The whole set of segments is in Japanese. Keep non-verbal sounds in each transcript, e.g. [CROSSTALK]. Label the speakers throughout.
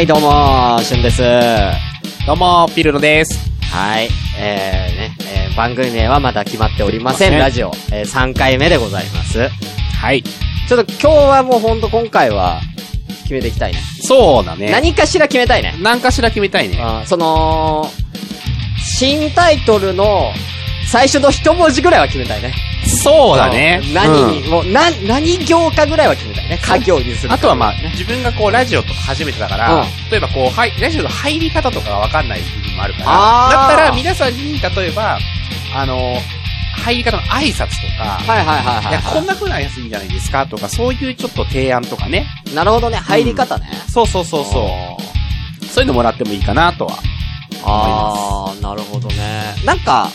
Speaker 1: い、どうも、しゅんです。は
Speaker 2: どうも、ピルロです。
Speaker 1: い、えー、ね、えー番組名はまだ決まっておりません。
Speaker 2: そう
Speaker 1: ラ
Speaker 2: で
Speaker 1: ジオ、えー、3回目でございます。
Speaker 2: はい。
Speaker 1: ちょっと今日はもうほんと今回は、決めていきたいね。
Speaker 2: そうだね。
Speaker 1: 何かしら決めたいね。
Speaker 2: 何かしら決めたいね。
Speaker 1: あーその、新タイトルの、最初の一文字ぐらいは決めたいね。
Speaker 2: そうだね。
Speaker 1: 何に、
Speaker 2: うん
Speaker 1: もう、な、何行かぐらいは決めたいね。家業にするか
Speaker 2: あとはまあ、自分がこう、ラジオとか初めてだから
Speaker 1: うん、
Speaker 2: 例えばこう、はい、ラジオの入り方とかがわかんない部分もあるから、
Speaker 1: あー
Speaker 2: だったら皆さんに、例えば、あの、入り方の挨拶とか、
Speaker 1: はいはいはい
Speaker 2: い
Speaker 1: はい
Speaker 2: や、こんな風なやついいんじゃないですかとか、そういうちょっと提案とかね。
Speaker 1: なるほどね、入り方ね。
Speaker 2: そうそうそうそう。そういうのもらってもいいかなとは。
Speaker 1: あー、なるほどね。なんか、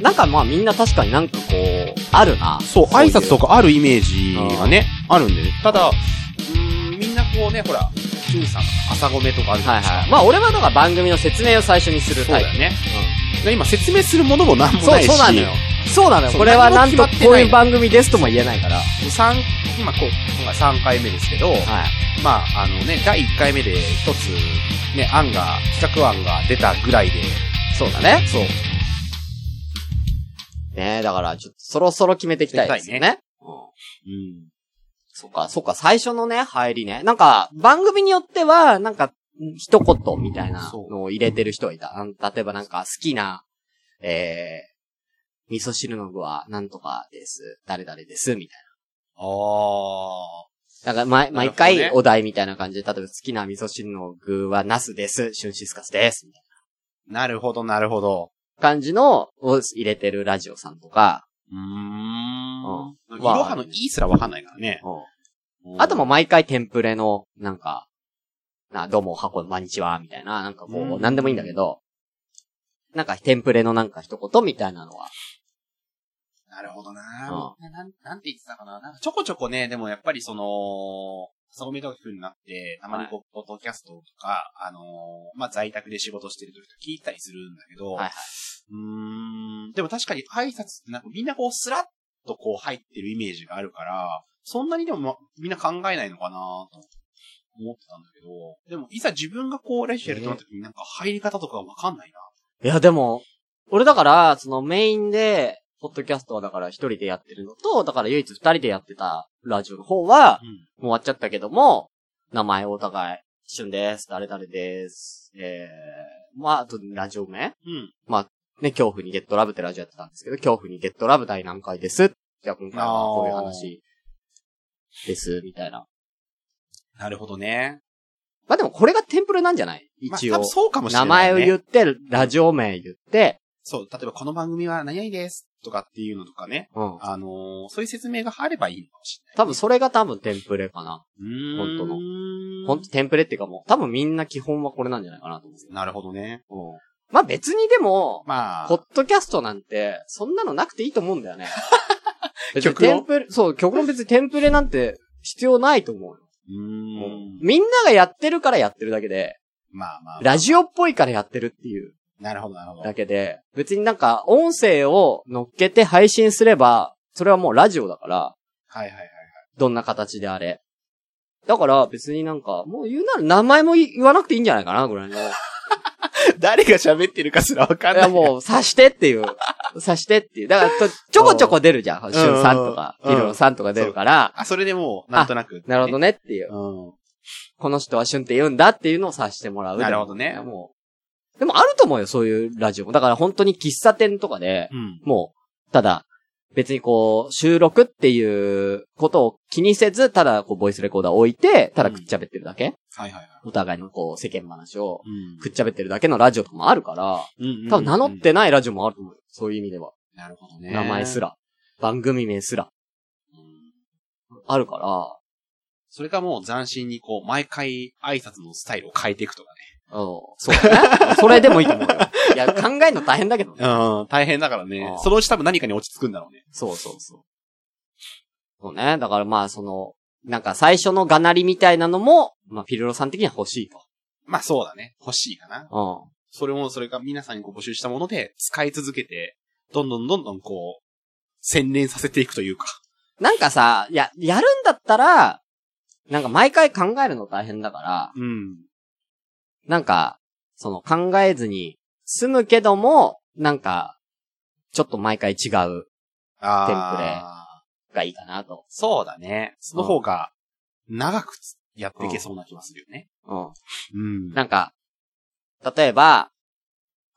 Speaker 1: なんかまあみんな確かになんかこう、あるな。
Speaker 2: そう、挨拶と
Speaker 1: か。
Speaker 2: かあるイメージがね、あるんでね。ただ、うーん、みんなこうね、ほら、金さんとか朝ごめとかあるじゃ
Speaker 1: は
Speaker 2: ない
Speaker 1: い
Speaker 2: ですか。
Speaker 1: はい。まあ俺はだから番組の説明を最初にする
Speaker 2: そう
Speaker 1: タイプ。
Speaker 2: だよね。で今説明するものもなん
Speaker 1: う
Speaker 2: も
Speaker 1: んそ
Speaker 2: な
Speaker 1: う、
Speaker 2: いし。
Speaker 1: そうなのよ。そうなのよ。
Speaker 2: そう
Speaker 1: これはなんと
Speaker 2: 何
Speaker 1: こ
Speaker 2: も決まってな
Speaker 1: う
Speaker 2: い
Speaker 1: いう番組ですとも言えないから。は
Speaker 2: 三今こう、今回3回目ですけど、
Speaker 1: い。
Speaker 2: まあ、あのね、第1回目で一つ、ね、案が、企画案が出たぐらいで、
Speaker 1: そうだね。
Speaker 2: そう。
Speaker 1: ねだからちょっとそろそろ決めていきたいですよね。
Speaker 2: うん。
Speaker 1: そっか、そっか、最初のね、入りね。なんか、番組によっては、なんか、ん一言みたいな
Speaker 2: そう
Speaker 1: のを入れてる人がいた。なん例えばなんか、好きな、えー、味噌汁の具はなんとかです。誰々です。みたい
Speaker 2: あ
Speaker 1: な。なんか、毎、
Speaker 2: なる
Speaker 1: 毎
Speaker 2: ほどね
Speaker 1: 回お題みたいな感じで、例えば好きな味噌汁の具はナスです。シュンシスカスです。みたい
Speaker 2: ー。なるほど、なるほど。
Speaker 1: な感じのを入れてるラジオさんとか、
Speaker 2: うーん
Speaker 1: うん。
Speaker 2: いろはのいいすらわかんないからね。
Speaker 1: あともう毎回テンプレの、なんか、な、どうも、おはこんばんにちは、みたいな、なんかこ
Speaker 2: う
Speaker 1: う、
Speaker 2: ん
Speaker 1: なんでもいいんだけど、なんかテンプレのなんか一言みたいなのは、
Speaker 2: なるほどななん、なんて言ってたかななんかちょこちょこね、でもやっぱりその、朝ごめとかになって、たまにこう、ポッドキャストとか、あのーまあ、在宅で仕事してる時とか聞いたりするんだけど、
Speaker 1: はいはいう
Speaker 2: ーん、でも確かに挨拶ってなんかみんなこう、スラッとこう入ってるイメージがあるから、そんなにでも、ま、みんな考えないのかなと思ってたんだけど、でもいざ自分がこう、レシェルとなった時になんか入り方とかわかんないな。
Speaker 1: いや、でも、俺だから、そのメインで、ポッドキャストはだから一人でやってるのと、だから唯一二人でやってたラジオの方は、もう終わっちゃったけども、名前お互い、しゅんです、誰々です、えー、まあ、あとラジオ名
Speaker 2: うん。うん。
Speaker 1: ね、恐怖にゲットラブってラジオやってたんですけど、恐怖にゲットラブ第何回です。じゃあ今回はこういう話です、みたいな。
Speaker 2: なるほどね。
Speaker 1: まあでもこれがテンプレなんじゃない一
Speaker 2: ま
Speaker 1: 応
Speaker 2: あ多分。そうかもしれな
Speaker 1: 名
Speaker 2: い、ね。
Speaker 1: 前を言って、ラジオ名言って、
Speaker 2: そう、例えばこの番組は何々ですとかっていうのとかね、
Speaker 1: うん。
Speaker 2: あのーそういう説明があればいいのかもしれない。
Speaker 1: 多分それが多分テンプレかな。
Speaker 2: う
Speaker 1: 本当の
Speaker 2: の
Speaker 1: ほんとテンプレっていうかもう、多分みんな基本はこれなんじゃないかなと思
Speaker 2: なるほどね。
Speaker 1: う。うん。まあ別にでも、
Speaker 2: ま
Speaker 1: ポッ
Speaker 2: あ、
Speaker 1: ドキャストなんて、そんなのなくていいと思うんだ
Speaker 2: [LAUGHS]
Speaker 1: よね。別に
Speaker 2: 曲を
Speaker 1: テンプレ、そう、曲も別にテンプレなんて必要ないと思うよ。
Speaker 2: うーん。
Speaker 1: みんながやってるからやってるだけで、
Speaker 2: まあまあ。
Speaker 1: ラジオっぽいからやってるっていう
Speaker 2: なるほど、なるほど
Speaker 1: だ。けで、別になんか音声を乗っけて配信すれば、それはもうラジオだから、
Speaker 2: はいはいはい。
Speaker 1: どんな形であれ。だから別になんか、もう言うなら名前もい言わなくていいんじゃないかな、ぐ
Speaker 2: [LAUGHS]
Speaker 1: らいの。い
Speaker 2: 誰が喋ってるかすらわかんない。
Speaker 1: やもう、察してっていう。察してっていう。だからと、ちょこちょこ出るじゃん。しゅんさんとか、
Speaker 2: うん
Speaker 1: いろろさんとか出るから、
Speaker 2: あ、それでもう、なんとなく、
Speaker 1: なるほど
Speaker 2: ね。
Speaker 1: ねっていう。
Speaker 2: うん。
Speaker 1: この人はしゅんって言うんだっていうのを察してもらう。
Speaker 2: なるほどね
Speaker 1: でももう。でもあると思うよ、そういうラジオも。だから本当に喫茶店とかで、
Speaker 2: うん。
Speaker 1: もう、ただ、別にこう、収録っていうことを気にせず、ただこう、ボイスレコーダーを置いて、ただくっちゃべってるだけ、
Speaker 2: はいはいはい。
Speaker 1: お互いのこう、世間話を
Speaker 2: うん
Speaker 1: くっちゃべってるだけのラジオとかもあるから、
Speaker 2: うん
Speaker 1: 多分名乗っ。てないラジオもあると思うよ。そういう意味では。
Speaker 2: なるほどね。
Speaker 1: 名前す
Speaker 2: ら。
Speaker 1: ら、番組名すら、あるから、
Speaker 2: それかもう斬新にこう、毎回挨拶のスタイルを変えていくとかね。
Speaker 1: うん、そうだね。それでもいいと思うよ。 [LAUGHS] いや、考えるの大変だけどね。
Speaker 2: うん、大変だから
Speaker 1: あ
Speaker 2: ね
Speaker 1: ー。
Speaker 2: そのうち多分何かに落ち着くんだろうね。
Speaker 1: そうそうそう。そうね。だからまあ、その、なんか最初のがなりみたいなのも、まあ、ピルロさん的には欲しいと。
Speaker 2: まあそうだね。欲しいかな。
Speaker 1: うん。
Speaker 2: それもそれが皆さんにこう募集したもので、使い続けて、どんどんどんどんこう、洗練させていくというか。
Speaker 1: なんかさ、や、やるんだったら、なんか毎回考えるの大変だから、
Speaker 2: うん。
Speaker 1: なんか、その考えずに済むけども、なんか、ちょっと毎回違う
Speaker 2: あ
Speaker 1: テンプレ
Speaker 2: あ。
Speaker 1: がいいかなと。
Speaker 2: そうだね。その方が、長くつやっていけそうな気がするよね。
Speaker 1: うん。
Speaker 2: うん。
Speaker 1: なんか、例えば、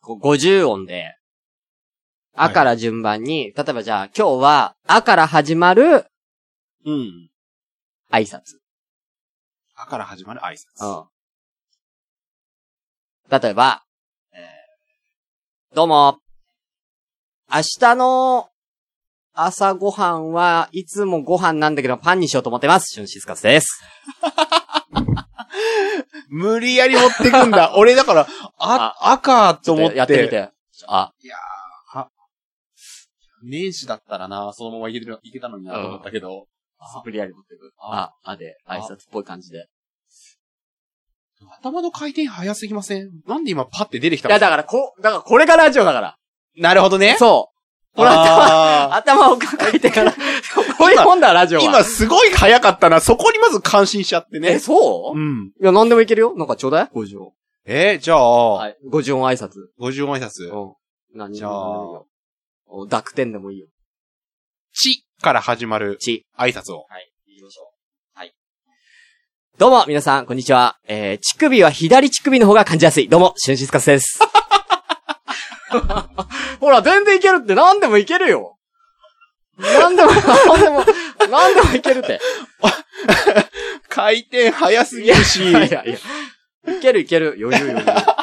Speaker 1: こう50音で、
Speaker 2: はい
Speaker 1: あから順番に、例えばじゃあ今日は、あから始まる
Speaker 2: うん。
Speaker 1: 挨拶。
Speaker 2: あから始まる挨拶。
Speaker 1: うん。例えば、えーどうも、明日の朝ごはんはいつもご飯なんだけどパンにしようと思ってます。シュンシスカスです。
Speaker 2: 無理やり持ってくんだ。俺だから、あ、赤と思って。
Speaker 1: やってみて。あ、
Speaker 2: 年始だったらな、そのままいけてるいけたのになと思ったけど、あ
Speaker 1: 無理やり持ってく。あ、あで、挨拶っぽい感じで。
Speaker 2: 頭の回転早すぎませんなんで今パッて出てきた
Speaker 1: いや、だから、こ、だから、これがラジオだから。
Speaker 2: なるほどね。
Speaker 1: そう。この頭、
Speaker 2: あ
Speaker 1: 頭を抱えてから、こういうもんだ、ラジオ
Speaker 2: ー
Speaker 1: は。
Speaker 2: 今すごい早かったな。そこにまず感心しちゃって
Speaker 1: え、
Speaker 2: ね。
Speaker 1: そう
Speaker 2: うん。
Speaker 1: いや、なんでもいけるよ。なんかちょうだい五十音。
Speaker 2: えー、じゃあ、
Speaker 1: はい。五十音挨拶。
Speaker 2: 50音挨拶。
Speaker 1: うん。何
Speaker 2: じゃあ
Speaker 1: でもいいよお濁点でもいいよ。
Speaker 2: ちから始まる
Speaker 1: ち。
Speaker 2: 挨拶を。
Speaker 1: はい。言いましょう。はい。どうも、皆さん、こんにちは。えー、乳首は左乳首の方が感じやすい。どうも、シュンシスカスです。 [LAUGHS] ほら、全然いけるって、何でもいけるよ。何でも、何でも、何でもいけるって。
Speaker 2: 回転早すぎるし。
Speaker 1: いやいやいや。いけるいける。余裕余 [LAUGHS] 裕。だか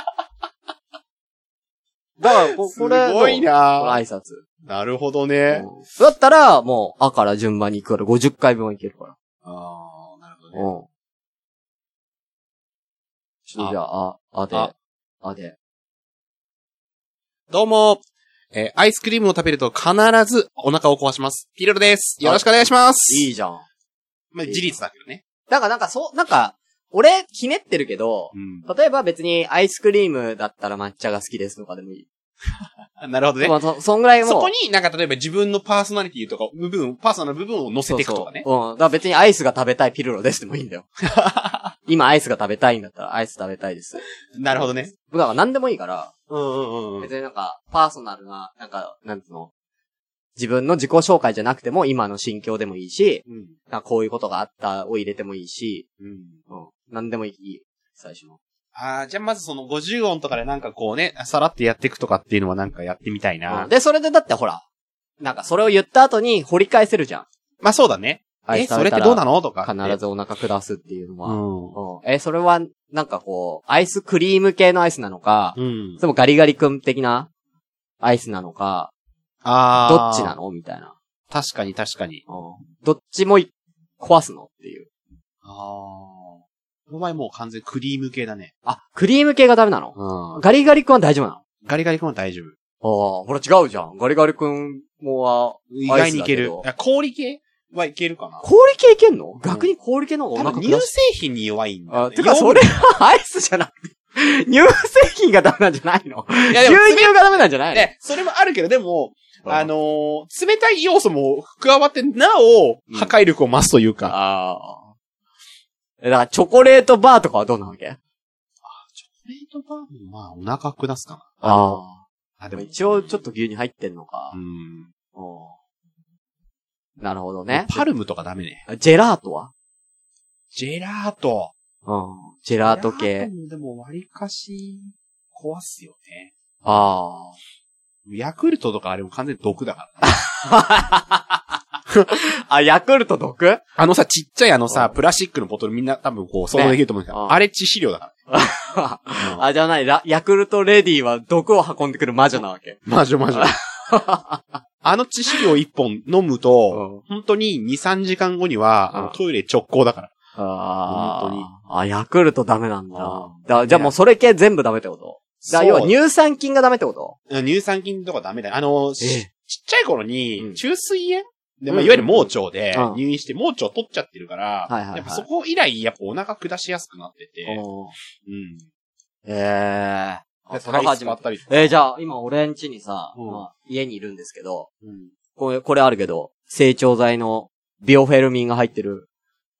Speaker 1: ら、こ
Speaker 2: す
Speaker 1: これ、
Speaker 2: ごい
Speaker 1: どう。この
Speaker 2: な
Speaker 1: 挨拶。
Speaker 2: なるほどね。
Speaker 1: だったら、もう、あから順番に行くから、50回分はいけるから。
Speaker 2: あーなるほ
Speaker 1: うん。ち。ょっとじゃあ、あ、あで、
Speaker 2: あ
Speaker 1: あで。
Speaker 2: どうも。えーアイスクリームを食べると必ずお腹を壊します。ピロロです。よろしくお願いします。
Speaker 1: いいじゃん。
Speaker 2: まあ、事実だけどね。
Speaker 1: だからなんか、そう、なんか、俺、ひねってるけど、例えば別にアイスクリームだったら抹茶が好きですとかでもいい。
Speaker 2: うん。なるほど
Speaker 1: で
Speaker 2: ね。
Speaker 1: もそ、そんぐらいもう。
Speaker 2: そこになんか例えば自分のパーソナリティとか、部分、パーソナル部分を乗せていくとかね。
Speaker 1: そうそううん。だから別にアイスが食べたいピルロですでもいいんだ
Speaker 2: [LAUGHS]
Speaker 1: よ。今アイスが食べたいんだったらアイス食べたいです。
Speaker 2: なるほどね。
Speaker 1: だから何でもいいから、
Speaker 2: うんうん
Speaker 1: 別になんか、パーソナルな、なんか、なんつうの、自分の自己紹介じゃなくても今の心境でもいいし、
Speaker 2: うん。
Speaker 1: なんかこういうことがあったを入れてもいいし、
Speaker 2: うん。
Speaker 1: うん。何でもいい。最初の。
Speaker 2: ああ、じゃあまずその50音とかでなんかこうね、さらってやっていくとかっていうのはなんかやってみたいな。
Speaker 1: うんで、それでだってほら、なんかそれを言った後に掘り返せるじゃん。
Speaker 2: まあそうだね。え、それってどうなのとか。
Speaker 1: 必ずお腹下すっていうのは。
Speaker 2: う
Speaker 1: うんえ、それは、なんかこう、アイスクリーム系のアイスなのか、
Speaker 2: ん。うん。
Speaker 1: でもガリガリ君的なアイスなのか、ど
Speaker 2: あ
Speaker 1: っちな
Speaker 2: の
Speaker 1: のみたいな。
Speaker 2: 確かに確かに。
Speaker 1: うんどっちもい壊すのっていう。
Speaker 2: ああ。お前もう完全にクリーム系だね。
Speaker 1: あ、クリーム系がダメなの
Speaker 2: う。
Speaker 1: ガリガリ君は大丈夫なのあ
Speaker 2: ガリガリ君は大丈夫。
Speaker 1: あ、ほら違うじゃん。ガリガリ君もは、
Speaker 2: 意外にいけ
Speaker 1: アイスだけ
Speaker 2: る。
Speaker 1: ど
Speaker 2: いや氷系はいけるかな。
Speaker 1: 氷系いけんの逆に氷系の方がお
Speaker 2: 多
Speaker 1: 腹
Speaker 2: 分乳
Speaker 1: 下す。
Speaker 2: 製品に弱いんだよ
Speaker 1: あ、[LAUGHS]
Speaker 2: ね。
Speaker 1: てかそれはアイスじゃなくて、 [LAUGHS] 乳製品がダメなんじゃないの
Speaker 2: いや
Speaker 1: 牛
Speaker 2: でも
Speaker 1: 乳がダメなんじゃないの
Speaker 2: ね、それもあるけど、でも、
Speaker 1: うん
Speaker 2: あのー冷たい要素も加わって、なお、
Speaker 1: うん
Speaker 2: 破壊力を増すというか。
Speaker 1: ああ。えだから、チョコレートバーとかはどうなわけあ
Speaker 2: プレートバーも、まあ、お腹下すかな。
Speaker 1: あ。
Speaker 2: あ、
Speaker 1: で
Speaker 2: で
Speaker 1: も
Speaker 2: も、
Speaker 1: 一応、ちょっと牛乳入ってんのか
Speaker 2: う。ん。
Speaker 1: うんなるほどね。
Speaker 2: パルムとかダメね。
Speaker 1: ジェラートは
Speaker 2: ジェラート。
Speaker 1: うん。ジェ
Speaker 2: ジェ
Speaker 1: ラート系。
Speaker 2: もでも、割かし、壊すよね。
Speaker 1: あ
Speaker 2: ヤクルトとかあれも完全に毒だから。
Speaker 1: あ。あ、ヤクルト毒
Speaker 2: あのさ、ちっちゃいあの
Speaker 1: さ
Speaker 2: さ、プラスチックのボトルみんな多分こう、想
Speaker 1: 像
Speaker 2: 像
Speaker 1: で
Speaker 2: できると思うんです
Speaker 1: け
Speaker 2: け
Speaker 1: ど
Speaker 2: ど、
Speaker 1: あ
Speaker 2: あれ致死量だか [LAUGHS]
Speaker 1: あ、じゃない、ラヤクルトレディは毒を運んでくる魔女なわけ。
Speaker 2: ら。マジマジ。 [LAUGHS] あの致死量一本飲むと、
Speaker 1: うん
Speaker 2: 本当に2、3時間後には、あの
Speaker 1: うん
Speaker 2: トイレ直行だから。
Speaker 1: あ
Speaker 2: 本当に
Speaker 1: あ。あ、ヤクルトダメなんだ。
Speaker 2: うん
Speaker 1: だじゃあもうそれ系全部ダメってことだから要は
Speaker 2: そう
Speaker 1: 乳酸菌がダメってこと
Speaker 2: 乳酸菌とかダメだよ。あの、し
Speaker 1: え
Speaker 2: ちっちゃい頃
Speaker 1: うん
Speaker 2: に、中水炎、で、ま
Speaker 1: う
Speaker 2: あ、
Speaker 1: ん
Speaker 2: いわゆる盲腸で
Speaker 1: うん
Speaker 2: 入院して盲腸取っちゃってるから、
Speaker 1: はいはいはい
Speaker 2: やっぱそこ以来、やっぱお腹下しやすくなってて、
Speaker 1: うん
Speaker 2: うん。
Speaker 1: ええ
Speaker 2: で
Speaker 1: ー。それ始ま
Speaker 2: 体質変わったりとか。
Speaker 1: えー、じゃあ、今俺ん家にさ、
Speaker 2: うん
Speaker 1: まあ家にいるんですけど、
Speaker 2: うん
Speaker 1: これ、これあるけど、成長剤のビオフェルミンが入ってる。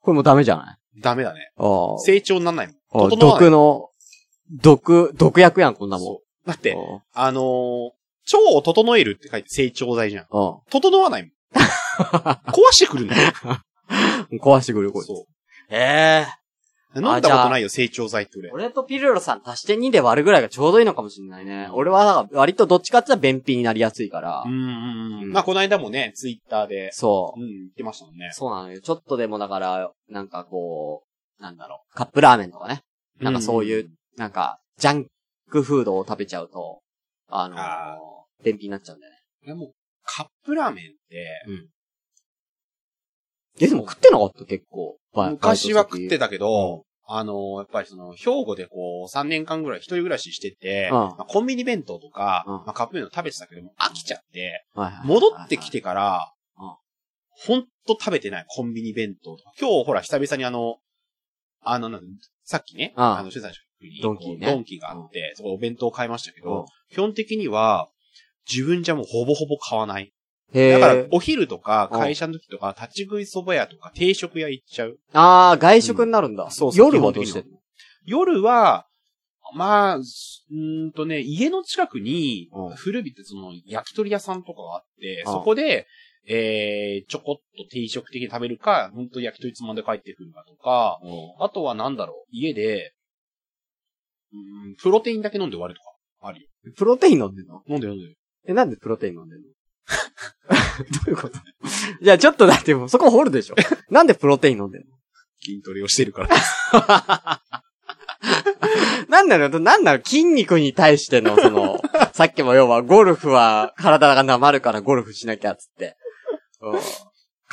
Speaker 1: これもダメじゃない
Speaker 2: ダメだね。
Speaker 1: ああ。
Speaker 2: 成長にならないもん。
Speaker 1: ああ
Speaker 2: 整わない
Speaker 1: 毒の毒、毒薬やん、こんなもん。
Speaker 2: そうだって、
Speaker 1: うん
Speaker 2: あのー腸を整えるって書いて成長剤じゃん。
Speaker 1: うん。
Speaker 2: 整
Speaker 1: [LAUGHS]
Speaker 2: わないもん。壊してくるんだよ。
Speaker 1: 壊してくる、こいつ。
Speaker 2: そ
Speaker 1: ええ
Speaker 2: う。飲んだことないよ、成長剤って俺。
Speaker 1: 俺とピルロさん足して2で割るぐらいがちょうどいいのかもしれないね。俺は割とどっちかって言ったら便秘になりやすいから。
Speaker 2: うんうんう。
Speaker 1: うんん
Speaker 2: まあ、この間もね、ツイッターで、
Speaker 1: そうう。
Speaker 2: ん、言ってましたもんね。
Speaker 1: そうなのよ。ちょっとでもだから、なんかこう、なんだろう。カップラーメンとかね。なんかそういう、なんか、ジャンクフードを食べちゃうと、あのー
Speaker 2: あ
Speaker 1: 便秘になっちゃうんだよね。
Speaker 2: うん。でも、カップラーメンって、
Speaker 1: え、でも食ってなかった結構。バイ
Speaker 2: 昔は食って
Speaker 1: た。
Speaker 2: たけど、あのー、やっぱりその、兵庫でこう、3年間ぐらい一人暮らししてて、
Speaker 1: うん
Speaker 2: まあコンビニ弁当とか、
Speaker 1: うん
Speaker 2: まあカップ麺を食べてたけども、飽きちゃって、
Speaker 1: はいはい
Speaker 2: 戻ってき。てから
Speaker 1: うん、
Speaker 2: ほんと食べてない、コンビニ弁当とか。今日ほら、久々にあの、あの、なんださっきね、
Speaker 1: うん
Speaker 2: あの、主催者に、
Speaker 1: ドンキね
Speaker 2: こうドンキがあって、そこお弁当買いましたけ
Speaker 1: うん
Speaker 2: ど、基本的には、自分じゃもうほぼほぼ買わない。
Speaker 1: へ
Speaker 2: だから
Speaker 1: え。、
Speaker 2: お昼とか、
Speaker 1: うん
Speaker 2: 会社の時とか、立ち食いそば屋とか、定食屋行っちゃう。
Speaker 1: あー、外食になるんだ。
Speaker 2: うんそうそう
Speaker 1: 夜はどうしてんの
Speaker 2: 夜は、まあ、すうーんとね、家の近くに
Speaker 1: うん、
Speaker 2: 古びってその焼き鳥屋さんとかがあって、
Speaker 1: うん
Speaker 2: そこで、えー、ちょこっと定食的に食べるか、本当焼き鳥つまんで帰ってくるかとか、あとはなんだろう、家で、うーん、プロテインだけ飲んで終わるとか、あるよ。
Speaker 1: プロテイン飲んでんの
Speaker 2: 飲んで飲んで。
Speaker 1: え、なんでプロテイン飲んでんの [LAUGHS] どういうことじゃあちょっとだってもうそこ掘るでしょ。なんでプロテイン飲んでんの
Speaker 2: 筋トレをしてるから。
Speaker 1: なんなのなんなの筋肉に対しての、その、さっきも要は、ゴルフは体がなまるからゴルフしなきゃっつって。うん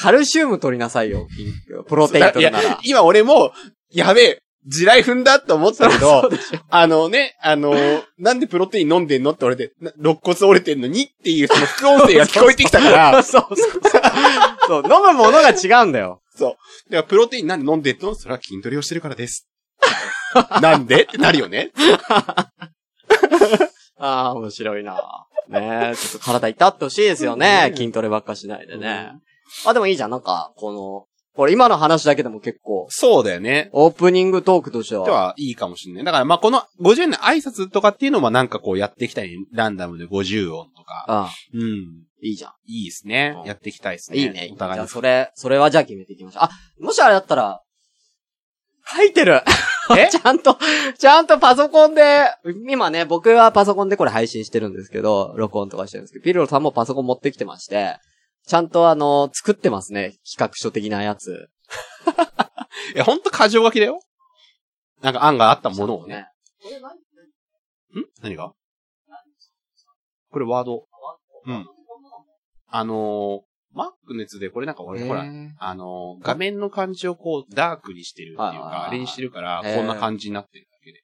Speaker 1: カルシウム取りなさいよ、筋肉プロテイン取るなら。
Speaker 2: 今俺も、やべえ、地雷踏んだって思ったけど
Speaker 1: う、でしょ。
Speaker 2: あのね、あのーなんでプロテイン飲んでんのって俺で、な肋骨折れてんのにっていうその副音声が聞こえてきたから、だか
Speaker 1: そうそうそう。そう、飲むものが違うんだよ。
Speaker 2: らプロテインなんで飲んでんのそれは筋トレをしてるからです。なんでってなるよね。
Speaker 1: ああ、面白いな。ねえ、ちょっと体痛ってほしいですよね。筋トレばっかしないでね。あ、でもいいじゃん。なんか、この、これ今の話だけでも結構、
Speaker 2: そうだよね。
Speaker 1: オープニングトークとして
Speaker 2: で
Speaker 1: は。
Speaker 2: はいいかもしれない。だからまあこの50年挨拶とかっていうのはなんかこうやっていきたい、ランダムで50音とか。
Speaker 1: あ
Speaker 2: うん。
Speaker 1: いいじゃん。
Speaker 2: いいですね
Speaker 1: う。ん
Speaker 2: やっていきたいですね。
Speaker 1: いいね。
Speaker 2: お
Speaker 1: じ
Speaker 2: 互い
Speaker 1: ゃあ、
Speaker 2: に。
Speaker 1: それ、それはじゃあ決めていきましょう。あ、もしあれだったら、書いて [LAUGHS] る
Speaker 2: え
Speaker 1: ちゃんと、ちゃんとパソコンで、今ね、僕はパソコンでこれ配信してるんですけど、録音とかしてるんですけど、ピルロさんもパソコン持ってきてまして、ちゃんとあの、作ってますね。企画書的なやつ。
Speaker 2: え、ほんと過剰書きだよ。なんか案があったものをね。。
Speaker 1: これ何
Speaker 2: ん何がこれワード。うん。あのー、Mac のやつで、これなんか俺、ほら、あのー、画面の感じをこう、ダークにしてるっていう
Speaker 1: はいはいはいは
Speaker 2: か
Speaker 1: い、
Speaker 2: あれにしてるから、
Speaker 1: へー
Speaker 2: こんな感じになってるだけで。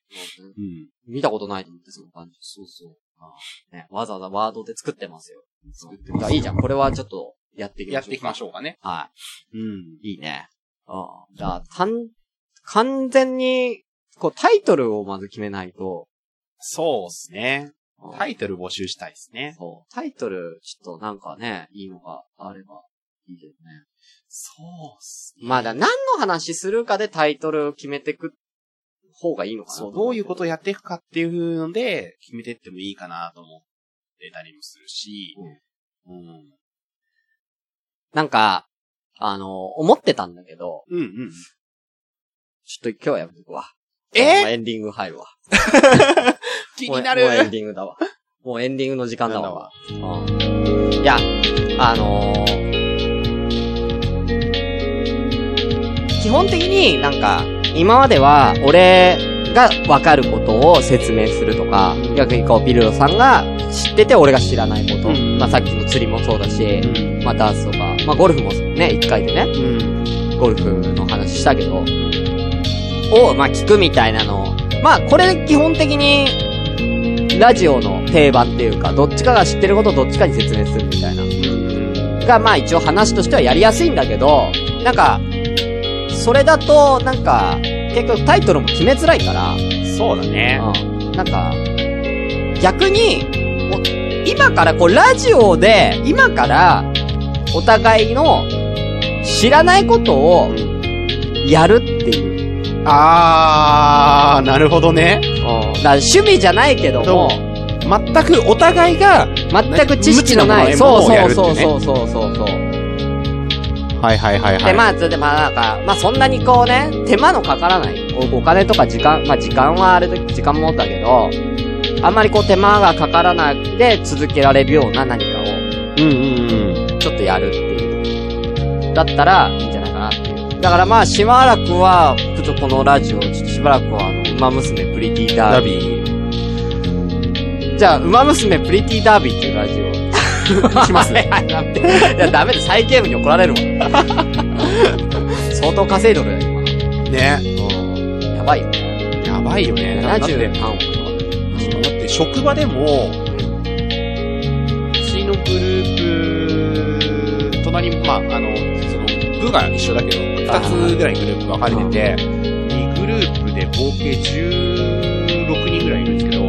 Speaker 2: うん。
Speaker 1: 見たことないと思って、その感じ。そうそう。ね、わざわざワードで作ってますよ。
Speaker 2: 作って
Speaker 1: だからいいじゃん。これはちょっと、やっていきましょう
Speaker 2: やっ
Speaker 1: か。
Speaker 2: ていきましょうかね。
Speaker 1: はい。
Speaker 2: うん。
Speaker 1: いいね。うん。じゃあ、たん、完全に、こう、タイトルをまず決めないと。
Speaker 2: そうですね。タ
Speaker 1: イ
Speaker 2: イトル募集したいですね。
Speaker 1: そう。タイトル、ちょっとなんかね、いいのがあれば、いいけどね。
Speaker 2: そうっす
Speaker 1: まあだ、何の話するかでタイトルを決めてく方がいいのかな
Speaker 2: そう、どういうことを
Speaker 1: や、
Speaker 2: やっていくかっていうので、決めてってもいいかなと思ってたりもするし、うん。うん、
Speaker 1: なんか、あの、思ってたんだけど、
Speaker 2: うん、うん。
Speaker 1: ちょっと今日はやめとくわ。
Speaker 2: え
Speaker 1: もうエンディング入るわ。
Speaker 2: 気になる
Speaker 1: もうもうエンディングだ
Speaker 2: [LAUGHS]
Speaker 1: わ。もうエンディングの時間だ
Speaker 2: なんだ
Speaker 1: わ
Speaker 2: わ。
Speaker 1: うんいや、あのー、基本的になんか、今までは俺がわかることを説明するとか、逆にこう、ビルドさんが知ってて俺が知らないこと。
Speaker 2: うん
Speaker 1: まあさっきの釣りもそうだし、
Speaker 2: うん。
Speaker 1: まあダースとか、まあゴルフもね、一回でね、
Speaker 2: うん。
Speaker 1: ゴルフの話したけど、を、まあ、聞くみたいなのをまあ、これ基本的に、ラジオの定番っていうか、どっちかが知ってることをどっちかに説明するみたいな。
Speaker 2: うん。
Speaker 1: が、まあ一応話としてはやりやすいんだけど、なんか、それだと、なんか、結局タイトルも決めづらいから、
Speaker 2: そうだね。
Speaker 1: うん。なんか、逆に、お今からこう、ラジオで、今から、お互いの、知らないことを
Speaker 2: う、ん
Speaker 1: やるっていう。
Speaker 2: あー、なるほどね。
Speaker 1: だから趣味じゃないけども、
Speaker 2: 全くお互いが、
Speaker 1: 全く知識のな
Speaker 2: 無
Speaker 1: い。
Speaker 2: 知なも
Speaker 1: そう
Speaker 2: のをや
Speaker 1: そ
Speaker 2: る
Speaker 1: う
Speaker 2: ってね
Speaker 1: そうそうそうそうそう。
Speaker 2: はいはいはい
Speaker 1: で、まあ、それでまあ、なんか、まあそんなにこうね、手間のかからない。おお金とか時間、まあ時間はあれだ時間もだけど、あんまりこう手間がかからなくて続けられるような何かを
Speaker 2: うんうんうん。
Speaker 1: ちょっとやるっていう。だったらいいんじゃないかなっていう。だからまあしばらくは、ちょっとこのラジオ、ちょっとしばらくはあの、馬娘プリティダ
Speaker 2: ダ
Speaker 1: ービ
Speaker 2: ビー。
Speaker 1: ー。じゃあ、馬娘プリティダービーっていうラジ [LAUGHS] オ。
Speaker 2: しますね。
Speaker 1: はいはいはいいや、ダメだ、再ゲームに怒られるわ。相当稼いどるよ、今。
Speaker 2: ね。
Speaker 1: やばいよね。
Speaker 2: やばいよね。だっ
Speaker 1: 73
Speaker 2: て、
Speaker 1: 億
Speaker 2: だって職場でも、うちのグループ、隣に、まあ、あの、その、部が一緒だけど、
Speaker 1: はいはい
Speaker 2: 二つぐらいグループが分かれてて、2グループで合計16人ぐらいいるんですけど、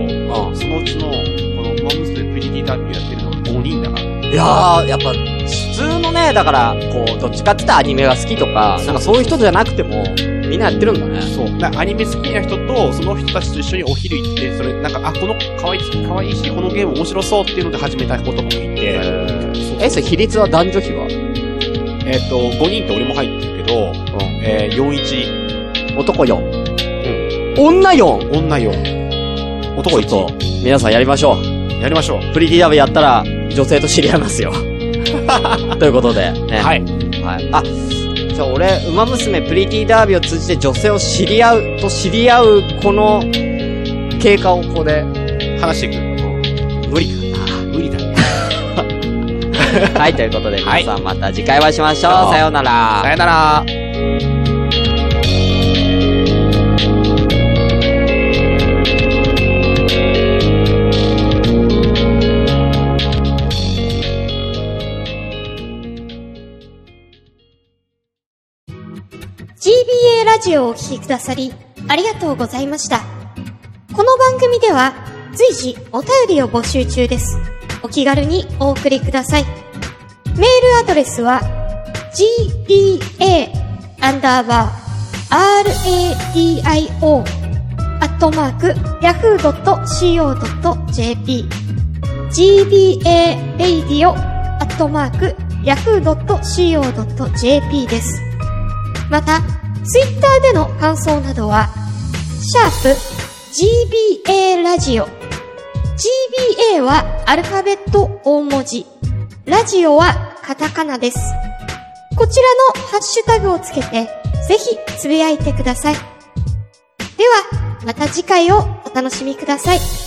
Speaker 1: う
Speaker 2: そのうちの、この、マムスでプリティダービーやってるのが5人だから。
Speaker 1: ん。いやー、やっぱ、普通のね、だから、こう、どっちかって言ったらアニメが好きとか、なんかそういう人じゃなくても、みんなやってるんだね。
Speaker 2: そう。だからアニメ好きな人と、その人たちと一緒にお昼行って、それ、なんか、あ、この、可愛い、可愛いし、このゲーム面白そうっていうので始めたこともいて、そう
Speaker 1: え、それ比率は男女比は
Speaker 2: えっ、と、5人って俺も入ってるけど、えー、41、
Speaker 1: 男4。うん。女 4!
Speaker 2: 女4。男
Speaker 1: ちょっ
Speaker 2: 1。
Speaker 1: と、皆さんやりましょう。
Speaker 2: やりましょう。
Speaker 1: プリティダブやったら、女性と知り合います
Speaker 2: [LAUGHS]
Speaker 1: よ。ということで、ね。
Speaker 2: はい。
Speaker 1: はい。あ、じゃあ俺、馬娘プリティダービーを通じて女性を知り合う、と知り合う、この、経過をここで、
Speaker 2: 話していく。
Speaker 1: 無理か
Speaker 2: 無理だね。
Speaker 1: な。はい、ということで、
Speaker 2: は
Speaker 1: 皆
Speaker 2: い
Speaker 1: さんまた次回お会いしましょう。
Speaker 2: どうも
Speaker 1: さようなら。
Speaker 2: さよなら。
Speaker 3: GBA ラジオをお聴きくださり、ありがとうございました。この番組では、随時お便りを募集中です。お気軽にお送りください。メールアドレスは、gba, アンダーバー、radio, アットマーク、yahoo.co.jp gba, radio, アットマーク、yahoo.co.jp です。また、ツイッターでの感想などは、シャープ gba ラジオ。gba はアルファベット大文字。ラジオはカタカナです。こちらのハッシュタグをつけて、ぜひつぶやいてください。では、また次回をお楽しみください。